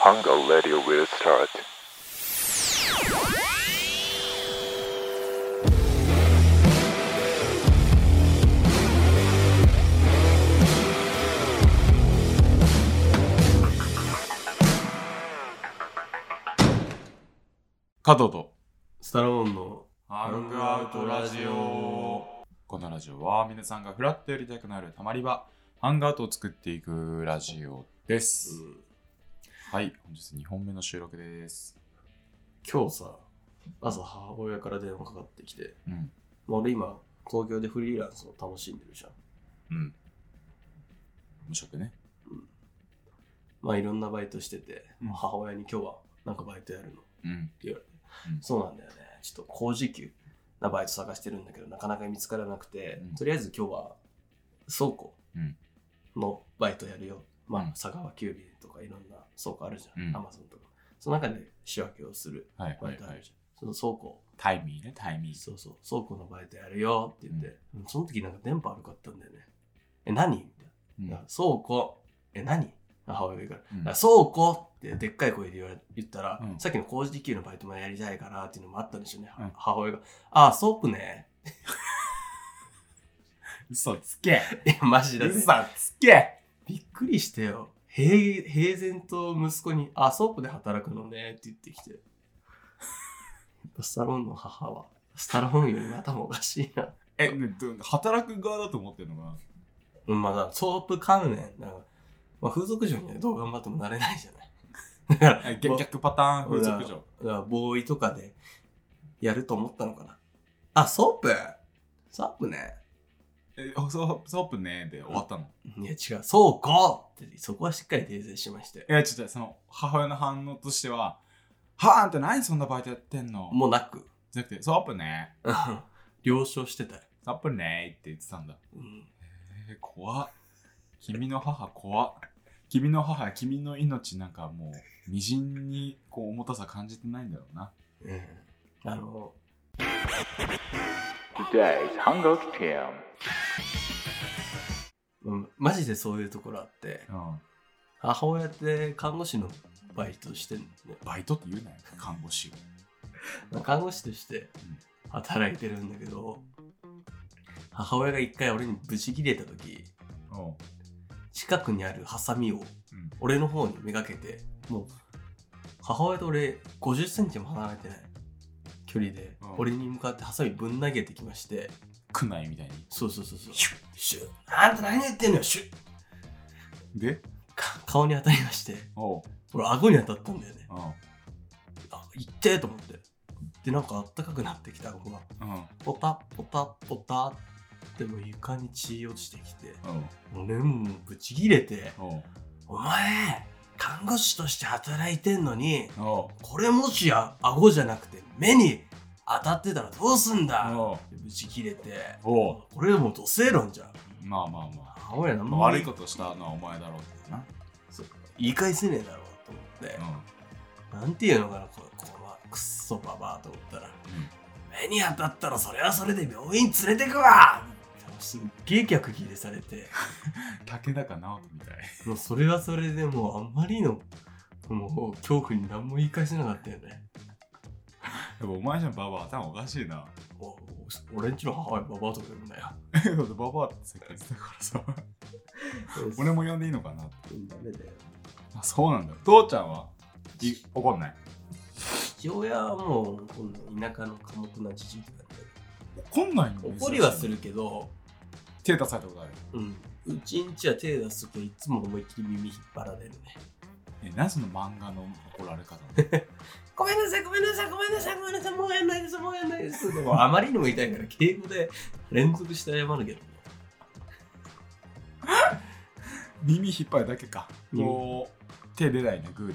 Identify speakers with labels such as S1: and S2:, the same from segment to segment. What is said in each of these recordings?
S1: Hango Radio will start.
S2: 加藤と
S3: スタローンの
S2: ハングアウトラジオこのラジオは皆さんがフラッとやりたくなるたまり場ハングアウトを作っていくラジオです、
S3: うん
S2: はい本日2本目の収録です
S3: 今日さ朝母親から電話かかってきて、
S2: うん
S3: まあ、俺今東京でフリーランスを楽しんでるじゃん
S2: うん無職ね
S3: まあいろんなバイトしてて、
S2: うん
S3: 母親に今日はなんかバイトやるの
S2: うん
S3: そうなんだよねちょっと高時給なバイト探してるんだけどなかなか見つからなくて、
S2: うん
S3: とりあえず今日は倉庫
S2: うん
S3: のバイトやるよ、まあ
S2: うん
S3: 佐川急便とかいろんな倉庫あるじゃ
S2: うん
S3: ん、アマゾンとかその中で仕分けをする
S2: はい
S3: バ
S2: は
S3: イ
S2: い
S3: トあ
S2: は
S3: る
S2: い
S3: じゃん、その倉庫
S2: タイミーねタイミー
S3: そうそう、倉庫のバイトやるよって言って、うんその時なんか電波悪かったんだよね。え、何みたい
S2: うん
S3: な。倉庫、え、何母親が言うから。
S2: うん
S3: だから倉庫ってでっかい声で言われ言ったら、
S2: うん
S3: さっきの工事時給のバイトもやりたいからっていうのもあったんでしょうね。
S2: うん
S3: 母親が、ああ、ソープね。
S2: 嘘つけ
S3: いや、マジだね。
S2: 嘘つけ
S3: びっくりしてよ。平平然と息子に、あ、ソープで働くのねって言ってきて。やっぱスタローンの母は、スタローンよりも頭おかしいな。
S2: えねど働く側だと思ってんのかな
S3: うん、まあだから、ソープ関連、なんか、まあ、風俗嬢にはどう頑張ってもなれないじゃ ない。だから、
S2: え逆逆パターン風俗嬢
S3: だからボーイとかでやると思ったのかな。あ、ソープソープね。
S2: えソソープねーで終わったの
S3: いや、違う、倉庫って、そこはしっかり訂正しましたよ。
S2: いや、ちょっとその母親の反応としては、はあ、あんた何そんなバイトやってんの
S3: もうなく。
S2: じゃなくて、ソープね、
S3: うん了承してたよ。
S2: ソープねって言ってたんだ。
S3: うん、
S2: えー、怖っ。君の母怖っ。君の母、君の命なんかもう、みじんにこう重たさ感じてないんだろうな。
S3: うん。あの、
S1: Today's Hango Team.
S3: うん、マジでそういうところあって、
S2: うん。
S3: 母親って看護師のバイトしてるんですね。
S2: バイトって言うなよ、看護師を。
S3: まあ看護師として働いてるんだけど母親が一回俺にブチ切れた時
S2: おう
S3: 近くにあるハサミを
S2: うん
S3: 俺の方にめがけてもう母親と俺5 0センチも離れてない距離で
S2: うん
S3: 俺に向かってハサミぶん投げてきまして
S2: 区内みたいに。
S3: そうそうそうそう
S2: シュ
S3: シュッあんた何言ってんのよシュッ
S2: で、
S3: か顔に当たりまして
S2: おう、
S3: 俺顎に当たったんだよね
S2: うん、
S3: あ痛ってと思ってでなんかあったかくなってきた顎が
S2: うん、
S3: ポタポタポタでも床に血落ちてきて
S2: うん、
S3: 俺もうぶち切れて
S2: おう、
S3: 「お前看護師として働いてんのに
S2: おう、
S3: これもしや顎じゃなくて目に当たってたらどうすんだ!」
S2: おう、
S3: ぶち切れて
S2: おう、
S3: これもう土星論じゃん
S2: まあまあま
S3: 母親なん
S2: あ、
S3: も
S2: 悪いことしたのはお前だろうってな。
S3: そう言い返せねえだろうと思って、
S2: うん。
S3: なんていうのかなここのまクソババアと思ったら目に当たったらそれはそれで病院連れてくわすっげえ逆ギレされて
S2: 竹中直人みたい。
S3: もうそれはそれでもうあんまりのもう恐怖に何も言い返せなかったよね
S2: でもお前じゃん、ババア頭おかしいな。
S3: おお俺んちの母親ババアとか呼ぶなよ
S2: だってババアって世界だからさ。俺も呼んでいいのかなって
S3: ダメだよ
S2: あ、そうなんだ。父ちゃんはい怒んない。
S3: 父親はもう今度田舎の寡黙なじじいとかだよ
S2: 怒んないの
S3: 怒りはす。るけど、
S2: 手出されたことある。
S3: うん、うちんちは手出すといつも思いっきり耳引っ張られるね
S2: え、何その漫画の怒られ方
S3: ごめんなさいごめんなさいごめんなさいごめんなさいもうやんないですもうやんないですでもあまりにも痛いから敬語で連続して謝るけど
S2: 耳引っ張るだけか。
S3: うん
S2: こう、手出ないね、グー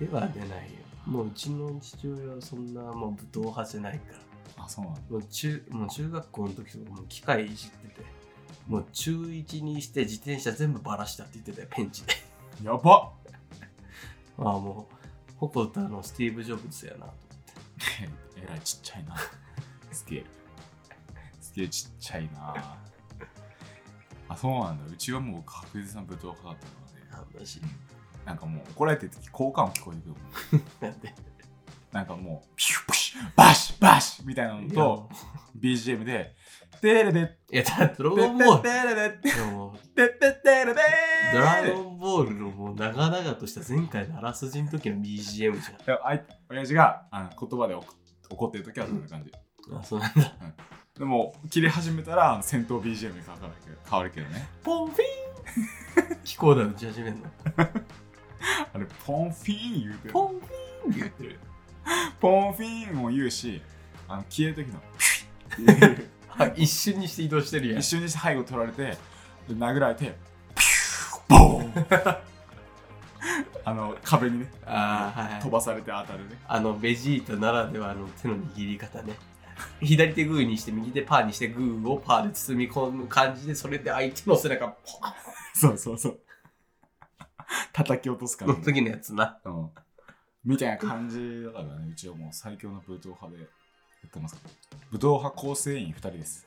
S2: で。
S3: 手は出ないよもううちの父親はそんなもう武闘派じゃないから
S2: あ、そうなんだ。
S3: もう中もう中学校の時とかもう機械いじっててもう中1にして自転車全部バラしたって言ってたよペンチで
S2: やばっ
S3: ああもうホコタのスティーブ・ジョブズやなと
S2: えらいちっちゃいな。すげえ。すげえちっちゃいな。あ、そうなんだ。うちはもう確実な武闘派だったからね。
S3: あマジ
S2: なんかもう怒られてる時効果音聞こえてくるもん
S3: なんで
S2: なんかもうピュッピュッバシッバシッみたいなのと BGM でテレレテ
S3: いやだ
S2: テ
S3: ドラゴンボール
S2: レレ
S3: でも
S2: テテテレレ
S3: ドラゴンボールのもう長々とした前回のあらすじの時の BGM じ
S2: でもあい親父があの言葉で怒怒ってる時はそんな感じ
S3: ゃんあそうなんだ
S2: でも切り始めたら戦闘 BGM に変わるけど変わるけどね
S3: ポンフィ ン気候だ打ち始めるの
S2: あれポンフィーン言うてる
S3: ポンフィンって言ってる
S2: ポンフィーンも言うしあの消える時のピュッっていう
S3: あ一瞬にして移動してるやん
S2: 一瞬にして背後取られてで殴られてピューボーンあの壁にね
S3: あーはいはい
S2: 飛ばされて当たるね
S3: あのベジータならではの手の握り方ね 左手グーにして右手パーにしてグーをパーで包み込む感じでそれで相手の背中ポン
S2: そうそうそう叩き落とすから
S3: の
S2: ね、
S3: 時のやつな
S2: うんみたいな感じだからねうちはもう最強の武闘派でやってますから武闘派構成員2人です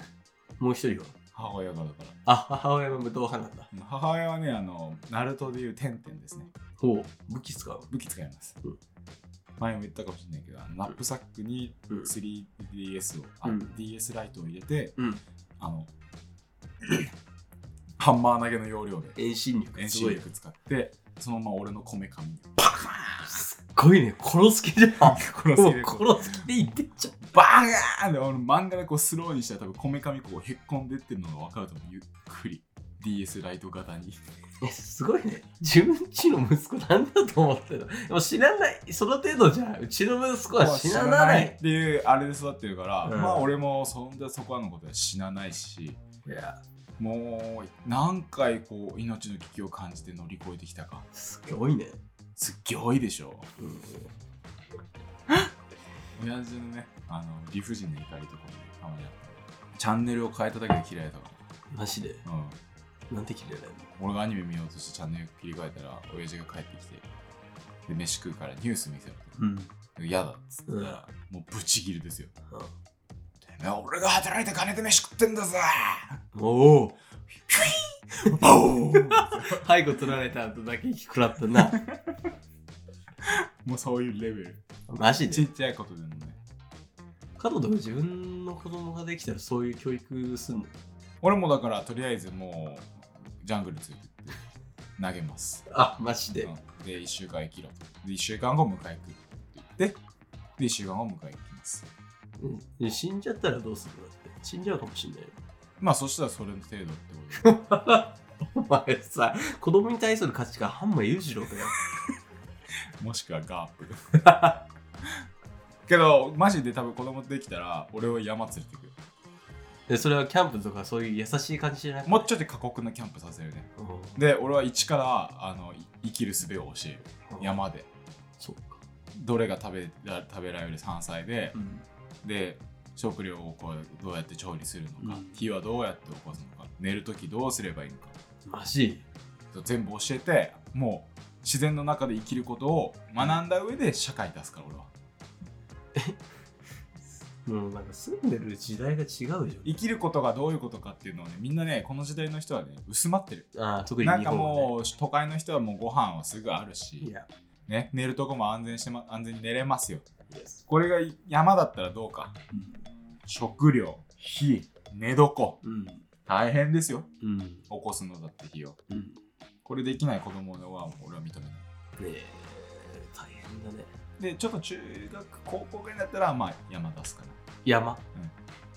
S3: もう一人は
S2: 母親がだから
S3: あ母親も武闘派なんだ
S2: うん母親はねあのナルトでいうテンテンですね
S3: ほう武器使う
S2: 武器使います、
S3: うん
S2: 前も言ったかもしれないけどあのナップサックに
S3: うん
S2: 3DS を、あ
S3: うん
S2: DS ライトを入れて、
S3: うん
S2: あのハンマー投げの要領で
S3: 遠心力
S2: 遠
S3: すご
S2: 心
S3: いよ
S2: 力使ってそのまま俺のこめかみに
S3: すっごいね 殺す気じゃん
S2: 殺
S3: も
S2: す
S3: う
S2: 気 でこう
S3: 殺す気で言ってっちゃう
S2: バーンって俺漫画でこうスローにしたら多分こめかみこうへっこんでってるのが分かると思うゆっくり DS ライト型に
S3: えすごいね自分ちの息子なんだと思ってるのでも知らないその程度じゃうちの息子は死なない
S2: っていうあれで育ってるから、
S3: うん
S2: まあ俺もそんなそこはのことは死なないし
S3: いや
S2: もう何回こう命の危機を感じて乗り越えてきたか
S3: すごいね、
S2: すっげえ多いでしょ
S3: うん
S2: 親父のねあの理不尽な怒りとかもねたまにあってチャンネルを変えただけで嫌いだか
S3: マジで
S2: ら、うん、
S3: なんて綺麗だよ
S2: 俺がアニメ見ようとしてチャンネル切り替えたら親父が帰ってきてで飯食うからニュース見せろと
S3: うん
S2: 嫌だっつったら、もうブチギルですよ
S3: うん
S2: てめえ俺が働いた金で飯食ってんだぜ
S3: おお
S2: ボーン
S3: 背後取られた後だけ食らったな
S2: もうそういうレベル
S3: マジ
S2: ちっ
S3: で
S2: ちゃいことでもね
S3: 加藤でも自分の子供ができたらそういう教育すんの
S2: 俺もだからとりあえずもうジャングルついてって投げます、
S3: あマジで、
S2: うんで1週間生きろで1週間後迎え来るって言ってで1週間後迎えに来ます
S3: うん、死んじゃったらどうするのだって死んじゃうかもしんないよ
S2: まあそしたらそれの程度ってことで
S3: お前さ子供に対する価値観半馬裕次郎だよ
S2: もしくはガープけどマジで多分子供できたら俺を山連れてくる
S3: でそれはキャンプとかそういう優しい感じじゃなくて
S2: もうちょっと過酷なキャンプさせるね
S3: うん
S2: で俺は一からあのい生きる術を教える山で
S3: そうか、
S2: どれが食べら食べられる山菜で
S3: うん
S2: で食料をこうどうやって調理するのか、
S3: うん
S2: 火はどうやって起こすのか寝る時どうすればいいのか
S3: マジ
S2: 全部教えてもう自然の中で生きることを学んだ上で社会に出すから俺は
S3: もうなんか住んでる時代が違うじゃん
S2: 生きることがどういうことかっていうのをねみんなねこの時代の人はね薄まってる
S3: ああ特に
S2: なん
S3: 日
S2: か
S3: 本は、ね、
S2: もう都会の人はもうご飯はすぐある
S3: い
S2: し、
S3: や
S2: ね、寝るとこも安全して、ま、安全に寝れますよ
S3: いやそ
S2: これが山だったらどうか食料火寝床
S3: うん
S2: 大変ですよ
S3: うん
S2: 起こすのだって火を
S3: うん
S2: これできない子供は俺は認めない
S3: ねえ大変だね
S2: でちょっと中学高校ぐらいになったらまあ山出すかな
S3: 山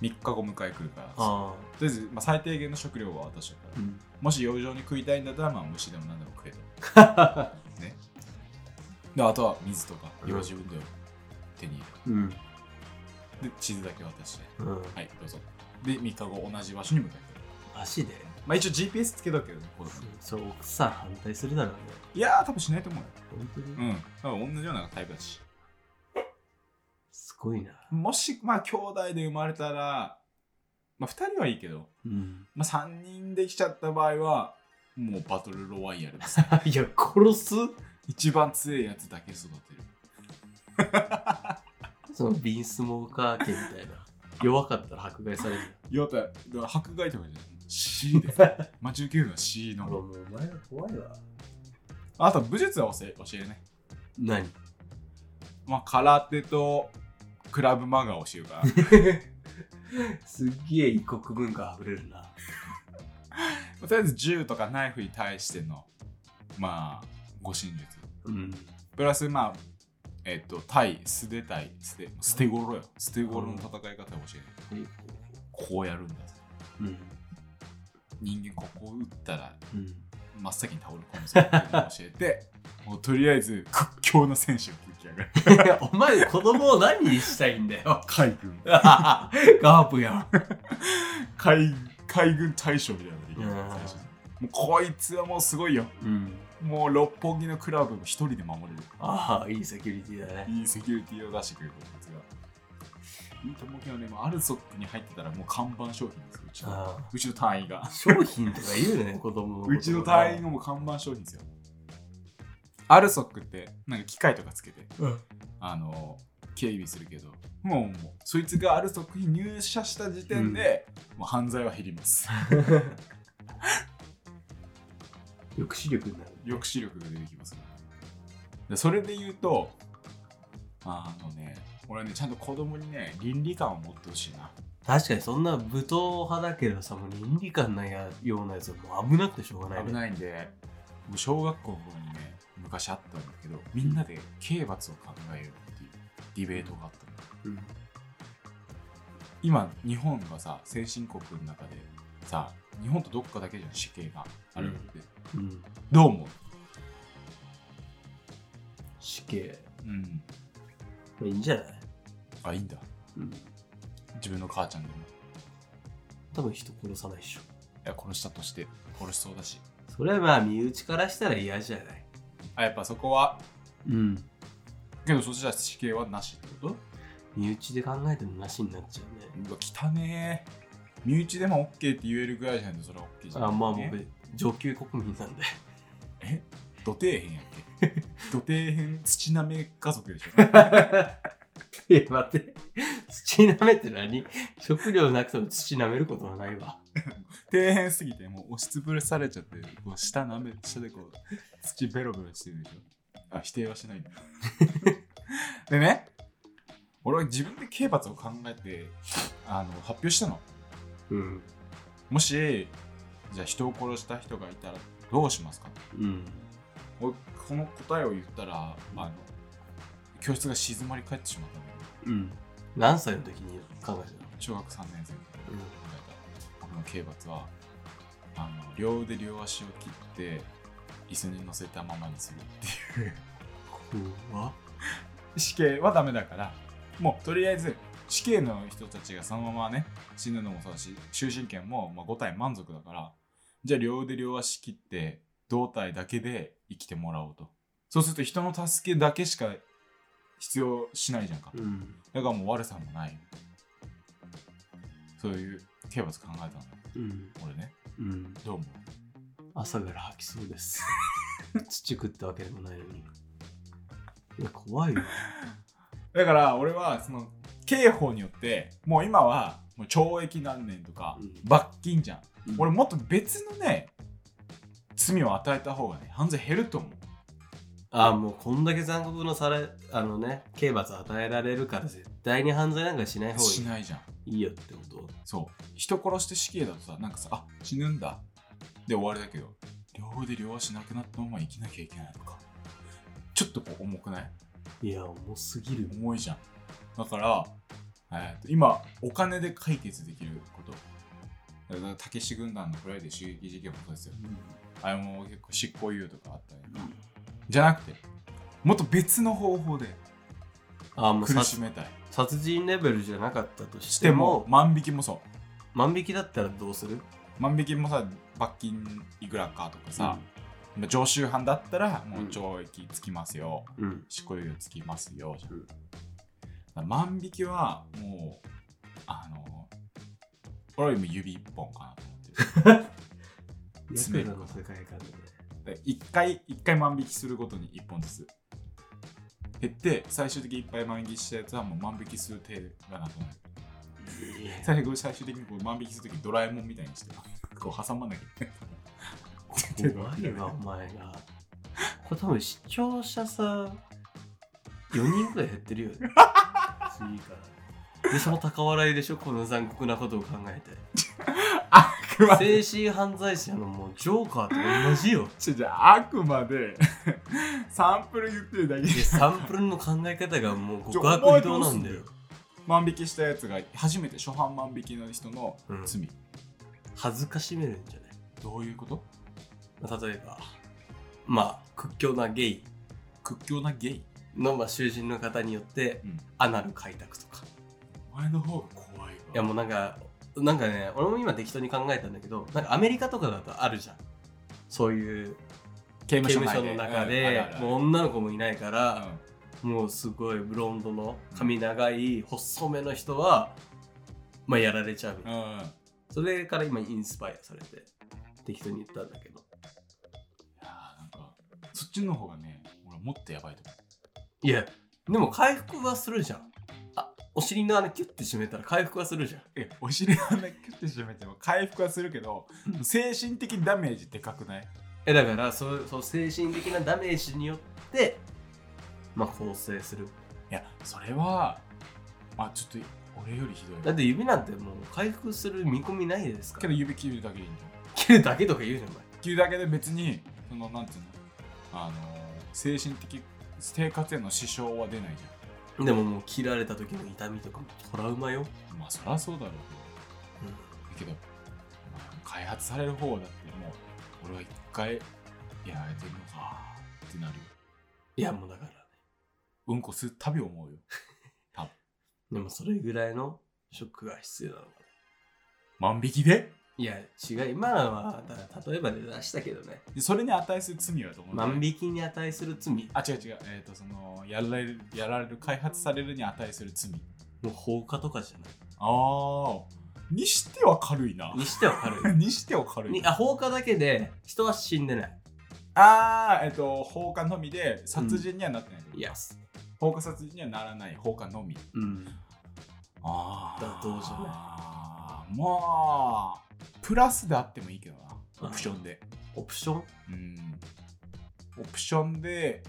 S2: 3日後迎え来るからと
S3: あ
S2: りあえず、まあ、最低限の食料は私だから、
S3: うん
S2: もし養生に食いたいんだったらまあ虫でも何でも食え とねであとは水とか
S3: うん
S2: 養生運動を手に入
S3: うん
S2: れるで地図だけ渡して
S3: う
S2: は
S3: ん
S2: いどうぞで3日後同じ場所に迎え来る
S3: マジで
S2: まあ一応 GPS つけとくけどね子供に
S3: そう奥さん反対するだろうね
S2: いやー多分しないと思うよ
S3: 本当に、
S2: うん多分同じようなタイプだし
S3: すごいな
S2: もしまあ兄弟で生まれたらまあ2人はいいけど
S3: うん
S2: まあ、3人できちゃった場合はもうバトルロワイヤルです
S3: いや殺す
S2: 一番強いやつだけ育てる
S3: そのビンスモーカー家みたいな弱かったら迫害される
S2: 要はだから迫害とかじゃない C です待ち受けるのは C
S3: あ
S2: の
S3: もうお前が怖いわ
S2: あと武術は教え教えるね。
S3: 何
S2: まあ、空手とクラブマガを教えるかな。
S3: すっげえ異国文化あふれるな。
S2: とりあえず銃とかナイフに対しての、まあ、護身術。
S3: うん。
S2: プラス、まあ、えっと、対、素手対、素手、捨て頃よ。捨て頃の戦い方を教える。こうやるんだぜ。
S3: うん。
S2: 人間ここを打ったら
S3: うん。
S2: 真っ先に倒れ込むぞっていうのを教えて、 もうとりあえず屈強な戦士を出来上がる。
S3: お前、子供を何にしたいんだよ。
S2: 海軍。
S3: ガープやん。
S2: 海海軍大将みたいなのができる
S3: うん
S2: 最初もうこいつはもうすごいよ。
S3: うん。
S2: もう六本木のクラブを一人で守れる。
S3: ああ、いいセキュリティだね。
S2: いいセキュリティを出してくれるこいつが。いいと思うけどね、もうアルソックに入ってたらもう看板商品ですよ、うちの。
S3: ああ
S2: うちの単位が。
S3: 商品とか言うね、子供のこと。
S2: うちの単位がもう看板商品ですよ。アルソックってなんか機械とかつけて、
S3: うん
S2: あの、警備するけど、もうもう、そいつがアルソックに入社した時点で、もう犯罪は減ります。
S3: 抑止力になる。
S2: 抑止力が出てきますからでそれで言うとあのね俺はねちゃんと子供にね倫理観を持ってほしいな
S3: 確かにそんな武闘派だけどさ、もう倫理観ないやようなやつはもう危なくてしょうがない、ね。
S2: 危
S3: い。
S2: ないんでもう小学校の頃にね昔あったんだけどみんなで刑罰を考えようっていうディベートがあったの
S3: うん。
S2: 今日本がさ先進国の中でさ日本とどっかだけじゃん死刑があるのって、
S3: うん。
S2: どう思う、
S3: 死刑。
S2: うん、
S3: まあいいんじゃない
S2: あいいんだ
S3: うん。
S2: 自分の母ちゃんでも
S3: 多分人殺さないでしょ。
S2: いや殺したとして殺しそうだし
S3: それはまあ身内からしたら嫌じゃない。
S2: あやっぱそこは
S3: うん。
S2: けどそしたら死刑はなしってこと
S3: 身内で考えてもなしになっちゃうね。
S2: うわ汚ねえ身内でも OK って言えるぐらいじゃないとそれは OK じゃん
S3: あ、まあ
S2: ね
S3: 僕、上級国民 なんで。
S2: え土底辺やっけ土底辺土なめ家族でしょ
S3: え、待って。 土舐めって何 食料なくても土舐めることはないわ。
S2: 底辺すぎてもう押しつぶされちゃってこう下なめ下でこう土ベロベロしてるでしょあ否定はしないんだでね俺は自分で刑罰を考えてあの発表したの
S3: うん。
S2: もしじゃあ人を殺した人がいたらどうしますか
S3: うん。
S2: 俺この答えを言ったらあの教室が静まり返ってしまったんだよ
S3: うん。何歳の時に考えて
S2: 小学3年生の時
S3: うん
S2: に考えた僕の刑罰はあの両腕両足を切って椅子に乗せたままにするっていう
S3: たの怖っ
S2: 死刑はダメだからもうとりあえず死刑の人たちがそのままね死ぬのもそうだし終身刑も、まあ、5体満足だからじゃあ両腕両足切って胴体だけで生きてもらおうとそうすると人の助けだけしか必要しないじゃんか
S3: うん。
S2: だからもう悪さもないよそういう刑罰考えたんだ
S3: うん。
S2: 俺ね
S3: うん。
S2: どう思
S3: 朝から吐きそう です。土食ったわけでもないのに。いや、怖いよ。
S2: うだから俺はその刑法によってもう今はもう懲役何年とか
S3: うん
S2: 罰金じゃん、
S3: うん
S2: 俺もっと別のね罪を与えた方がね犯罪減ると思う
S3: ああ、もうこんだけ残酷なされ、あのね、刑罰与えられるから絶対に犯罪なんかしない方が
S2: しないじゃん
S3: いいよってこと。
S2: そう人殺して死刑だとさなんかさあ死ぬんだで終わりだけど両腕両足なくなったまま生きなきゃいけないのかちょっとこう重くない
S3: いや、重すぎるよ。
S2: 重いじゃんだから、えーと今お金で解決できることだからたけし軍団のフライデー襲撃事件もそうですよあれも結構執行猶予とかあったりとかじゃなくてもっと別の方法で
S3: ああ、もう
S2: 苦
S3: 殺
S2: しめたい
S3: 殺人レベルじゃなかったとし
S2: してて
S3: も
S2: も万引きもそう
S3: 万引きだったらどうする
S2: 万引きもさ罰金いくらかとかさ、まあ常習犯だったらもう懲役つきますよ、
S3: うん
S2: 執行猶予つきますよじゃん、
S3: うん
S2: だから万引きはもうあの俺は今指一本かなと思って
S3: ヤク
S2: 詰め
S3: ザ
S2: る
S3: の世界観でね
S2: るで一回一回万引きするごとに一本ずつ減って最終的にいっぱい万引きしたやつはもう万引きする手がなくなる最後最終的にこう万引きするときドラえもんみたいにしてこう挟まなきゃいけない手の
S3: 怖いわお前がこれ多分視聴者さん4人ぐらい減ってるよね次からでその高笑いでしょこの残酷なことを考えて
S2: くまで
S3: 精神犯罪者のもうジョーカーと同じよ
S2: ちょじゃああくまで サンプル言ってるだけ
S3: でサンプルの考え方がもう極悪非道なんだ よ
S2: 万引きしたやつが初めて初犯万引きの人の罪、
S3: 恥ずかしめるんじゃない
S2: どういうこと
S3: まあ例えばまあ屈強なゲイ
S2: 屈強なゲイ
S3: の、まあ、囚人の方によって
S2: うん
S3: アナル開拓とか
S2: お前の方が怖い
S3: いやもうなんかなんかね俺も今適当に考えたんだけどなんかアメリカとかだとあるじゃんそういう
S2: 刑
S3: 刑務所の中で、もう
S2: う
S3: 女の子もいないか
S2: ん
S3: ら、もうすごいブロンドの髪長い細めの人は、まあ、やられちゃうみたいな、
S2: うんうん
S3: それから今インスパイアされて適当に言ったんだけど
S2: いやーなんかそっちの方がね俺もっとやばいと思
S3: いやでも回復はするじゃんあお尻の穴キュッて締めたら回復はするじゃん
S2: うえお尻あんなキュッて締めても回復はするけど
S3: うん
S2: 精神的ダメージでかくない
S3: えだからそうそう精神的なダメージによってまあ構成する
S2: いやそれはまあちょっと俺よりひどい
S3: だ
S2: わ
S3: って指なんてもう回復する見込みないですか
S2: け
S3: ら
S2: ど指切るだけでいいんだよ
S3: 切るだけとか言うじゃんお前
S2: 切るだけで別にそのなんていうのあのー精神的生活への支障は出ないじ
S3: でももう切られた時の痛みとかもトラウマよ、
S2: ゃんまあそりゃそうだろうけどだけど、まあ開発される方だってもう俺は一回やられてるのかってなるよ
S3: いやもうだから
S2: うんこするたび思うよ
S3: でもそれぐらいのショックが必要なのかな
S2: 万引きで
S3: いや違う今のはだから例えばで出したけどね
S2: でそれに値する罪はと思う、
S3: 万引きに値する罪も
S2: あ違う違うえっ、とそのやられるやられる開発されるに値する罪
S3: う放火とかじゃない
S2: ああにしては軽いな
S3: にしては軽い
S2: にしては軽い
S3: に
S2: な
S3: あ放火だけで人は死んでない
S2: ああえっ、と放火のみで殺人にはなってない、
S3: いや
S2: 放火殺人にはならない放火のみ
S3: うん
S2: あ
S3: だからどうじゃない
S2: あーまあプラスであってもいいけどなオプションで
S3: オプション
S2: うんオプションで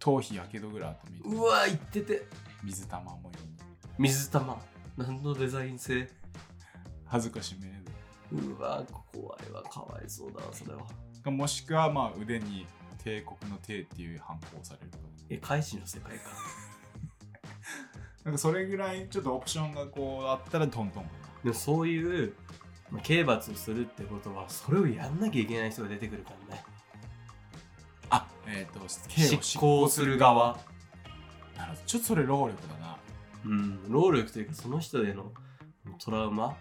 S2: 頭皮やけどぐらいあってもいいと思
S3: うわ言ってて
S2: 水玉模様に
S3: 水玉何のデザイン性
S2: 恥ずかしめ
S3: うわ怖いわかわいそうだわそれは
S2: でもしくはまあ腕に帝国の帝っていう反抗されるとか
S3: え返しの世界か
S2: なんかそれぐらいちょっとオプションがこうあったらトントンかな
S3: でもそういう、まあ、刑罰をするってことはそれをやんなきゃいけない人が出てくるからね
S2: あえっ、と刑を
S3: 執行する側
S2: なるほどちょっとそれ労力だな
S3: うん労力というかその人へのトラウマ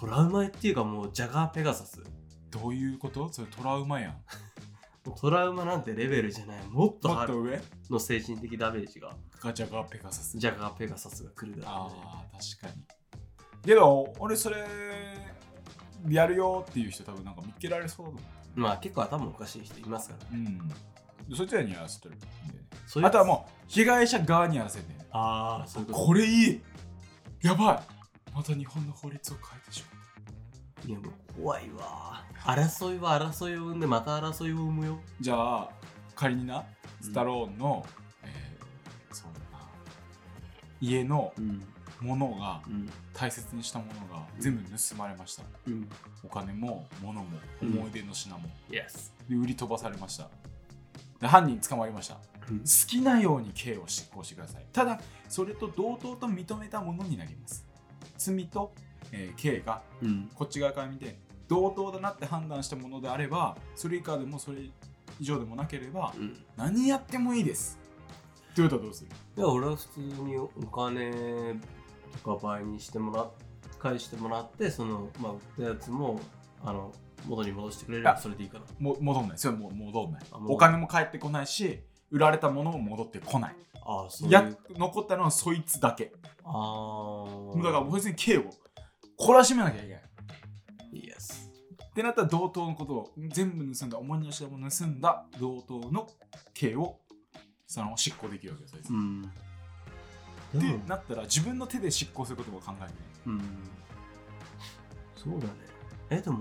S3: トラウマっていうかもうジャガーペガサス
S2: どういうことそれトラウマやん
S3: もうトラウマなんてレベルじゃないもっと
S2: もっ
S3: あ
S2: と上
S3: の精神的ダメージが
S2: ガチャガペガサス
S3: ジャガーペガサスが来るだろうね
S2: あー確かにけど俺それやるよっていう人多分なんか見っけられそうだもん
S3: まあ結構頭おかしい人いますから
S2: うんそいつらにやらせてるんだよね
S3: そういう
S2: あとはもう被害者側にやらせてね
S3: ああそういうこと
S2: これいいやばいまた日本の法律を変えてしまう
S3: いやもう怖いわ争いは争いを生んでまた争いを生むよ
S2: じゃあ仮にな
S3: うん
S2: スタローンの、えーそうだな家の
S3: うん
S2: ものが
S3: うん
S2: 大切にしたものが全部盗まれました
S3: うん
S2: お金も物も
S3: うん
S2: 思い出の品も、
S3: Yes
S2: で売り飛ばされましたで犯人捕まりました好
S3: うん
S2: きなように刑を執行してくださいただそれと同等と認めたものになります罪と、えー刑が
S3: うん
S2: こっち側から見て同等だなって判断したものであればそれ以下でもそれ以上でもなければ
S3: うん
S2: 何やってもいいですトヨタどうする
S3: いや俺は普通にお金とか倍にしてもら返してもらってそのまあ売ったやつもあの元に戻してくれれば
S2: あ
S3: それでいいかな
S2: も戻んないそれはもう戻んない
S3: あ戻んない
S2: お金も返ってこないし売られたものも戻ってこない
S3: ああそうい
S2: や
S3: う
S2: 残ったのはそいつだけ
S3: ああ
S2: だから別に刑を懲らしめなきゃいけない
S3: Yes
S2: ってなったら同等のことを全部盗んだ思い出したものを盗んだ同等の刑をその執行できるわけです、
S3: う
S2: っ
S3: んでも
S2: てなったら自分の手で執行することも考えない
S3: うんそうだねえでも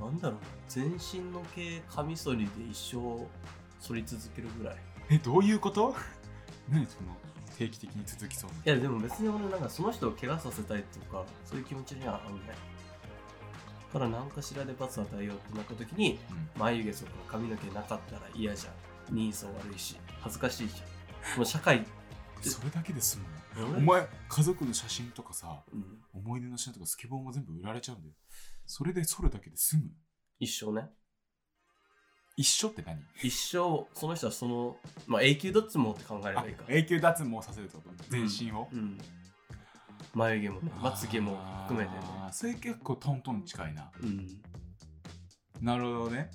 S3: なんだろうな全身の毛カミソリで一生反り続けるぐらい。
S2: え、どういうこと 何その定期的に続きそう
S3: いやでも別に俺なんかその人を怪我させたいとかそういう気持ちにはあんないただ何かしらで罰を与えようってなった時に
S2: な。うん。
S3: 眉毛とか髪の毛なかったら嫌じゃん人相悪いし恥ずかしいじゃんもう社会
S2: それだけですもん。お
S3: お、
S2: 前、家族の写真とかさ、
S3: うん、
S2: 思い出の写真とかスケボーも全部売られちゃうんだよ。それでそれだけで済む。
S3: 一生ね
S2: 一緒って何
S3: 一生その人はそのまあ永久どっちもって考えれ
S2: あ
S3: ばいいか
S2: 永久脱毛させるってこと全身を、
S3: うん眉毛もねまつげも含めてね
S2: あーそれ結構トントン近いな
S3: うん
S2: なるほどね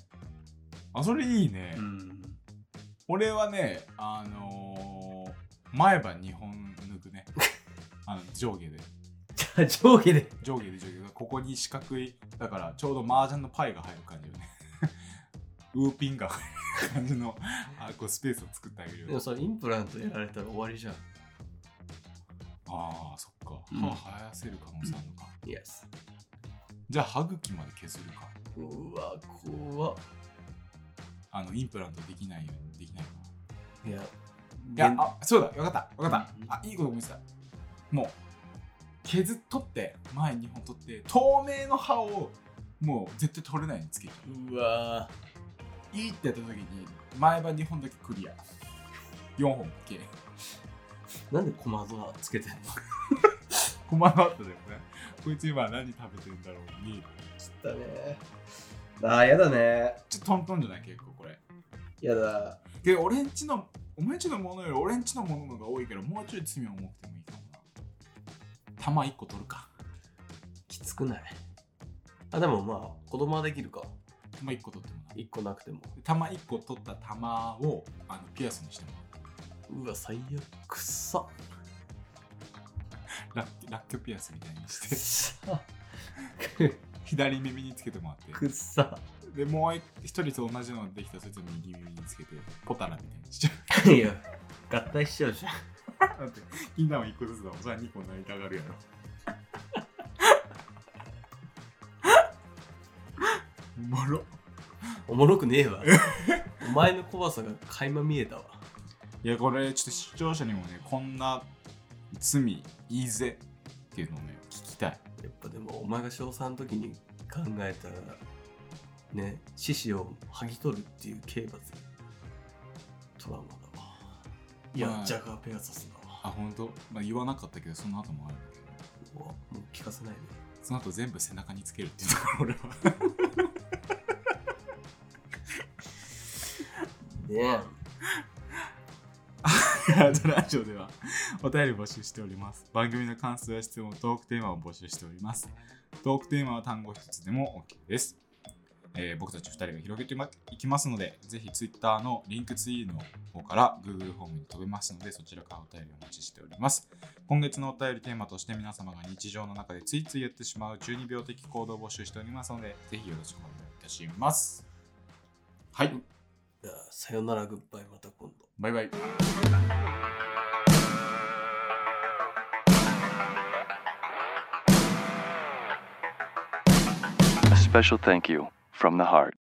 S2: あそれいいね、
S3: うん
S2: 俺はねあのー、前歯2本抜く ねあの上下で
S3: じゃあ上下で
S2: 上下で上下でここに四角いだからちょうど麻雀のパイが入る感じよね ウーピンが入る感じのあこうスペースを作ってあげるよ
S3: でもそれインプラントやられたら終わりじゃん
S2: ああそっか、
S3: うん
S2: 歯生やせる可能性あるのか、
S3: イエス
S2: じゃあ歯茎まで削るか
S3: うわ怖っ
S2: あのインプラントできないようにできないかない
S3: や、
S2: いや、あ、そうだ、わかった、わか
S3: うん
S2: った。あ、いいこと思いついた。もう、削っとって、前2本取って、透明の歯を、もう絶対取れないようにつけちゃ
S3: うわ
S2: う。いいってやった時に、前歯2本だけクリア。4本系。
S3: ーなんでコマドはつけてんの
S2: 困っただよね。こいつ今何食べてんだろうに。
S3: つったねああやだね
S2: ちょっとトントンじゃない結構これ。
S3: やだ
S2: で、俺んちの、お前んちのものより俺んちのもののが多いから、もうちょい罪を重くてもいいかもな。玉1個取るか。
S3: きつくないあでもまあ子供はできるか
S2: 玉1個取ってもな。
S3: 一個なくても
S2: 玉1個取った玉をあのピアスにしてもら
S3: うわ最悪くっさ
S2: うラッキョラッキョピアスみたいにし
S3: くってさく
S2: 左耳につけてもらって
S3: くっさ
S2: でもう一人と同じのできたらそいつ右耳につけてポタラみたいにしちゃ
S3: いや合体しちゃうじゃん
S2: うだって銀玉1個ずつだもんそれは2個になりたがるやろおもろ
S3: おもろくね えわお前の怖さが垣間見えたわ
S2: いやこれちょっと視聴者にもねこんな罪いいぜっていうのをね聞きたい
S3: やっぱでもお前が小3の時に考えたらね獅子を剥ぎ取るっていう刑罰トラウマだわいや、
S2: まあ
S3: ジャガーペガサスだわ
S2: あ本当まあ言わなかったけどその後もあるんだけど
S3: うわもう聞かせないで
S2: その後全部背中につけるっていうところ俺は
S3: ね
S2: アートラジオではお便り募集しております番組の感想や質問トークテーマを募集しておりますトークテーマは単語一つでも OK です、えー僕たち2人が広げてまいきますのでぜひ Twitter のリンクツイーの方から Google ホームに飛べますのでそちらからお便りお待ちしております今月のお便りテーマとして皆様が日常の中でついついやってしまう中二病的行動を募集しておりますのでぜひよろしくお願いいたしますはい
S3: じゃあさよならグッバイまた今度
S2: バイバイ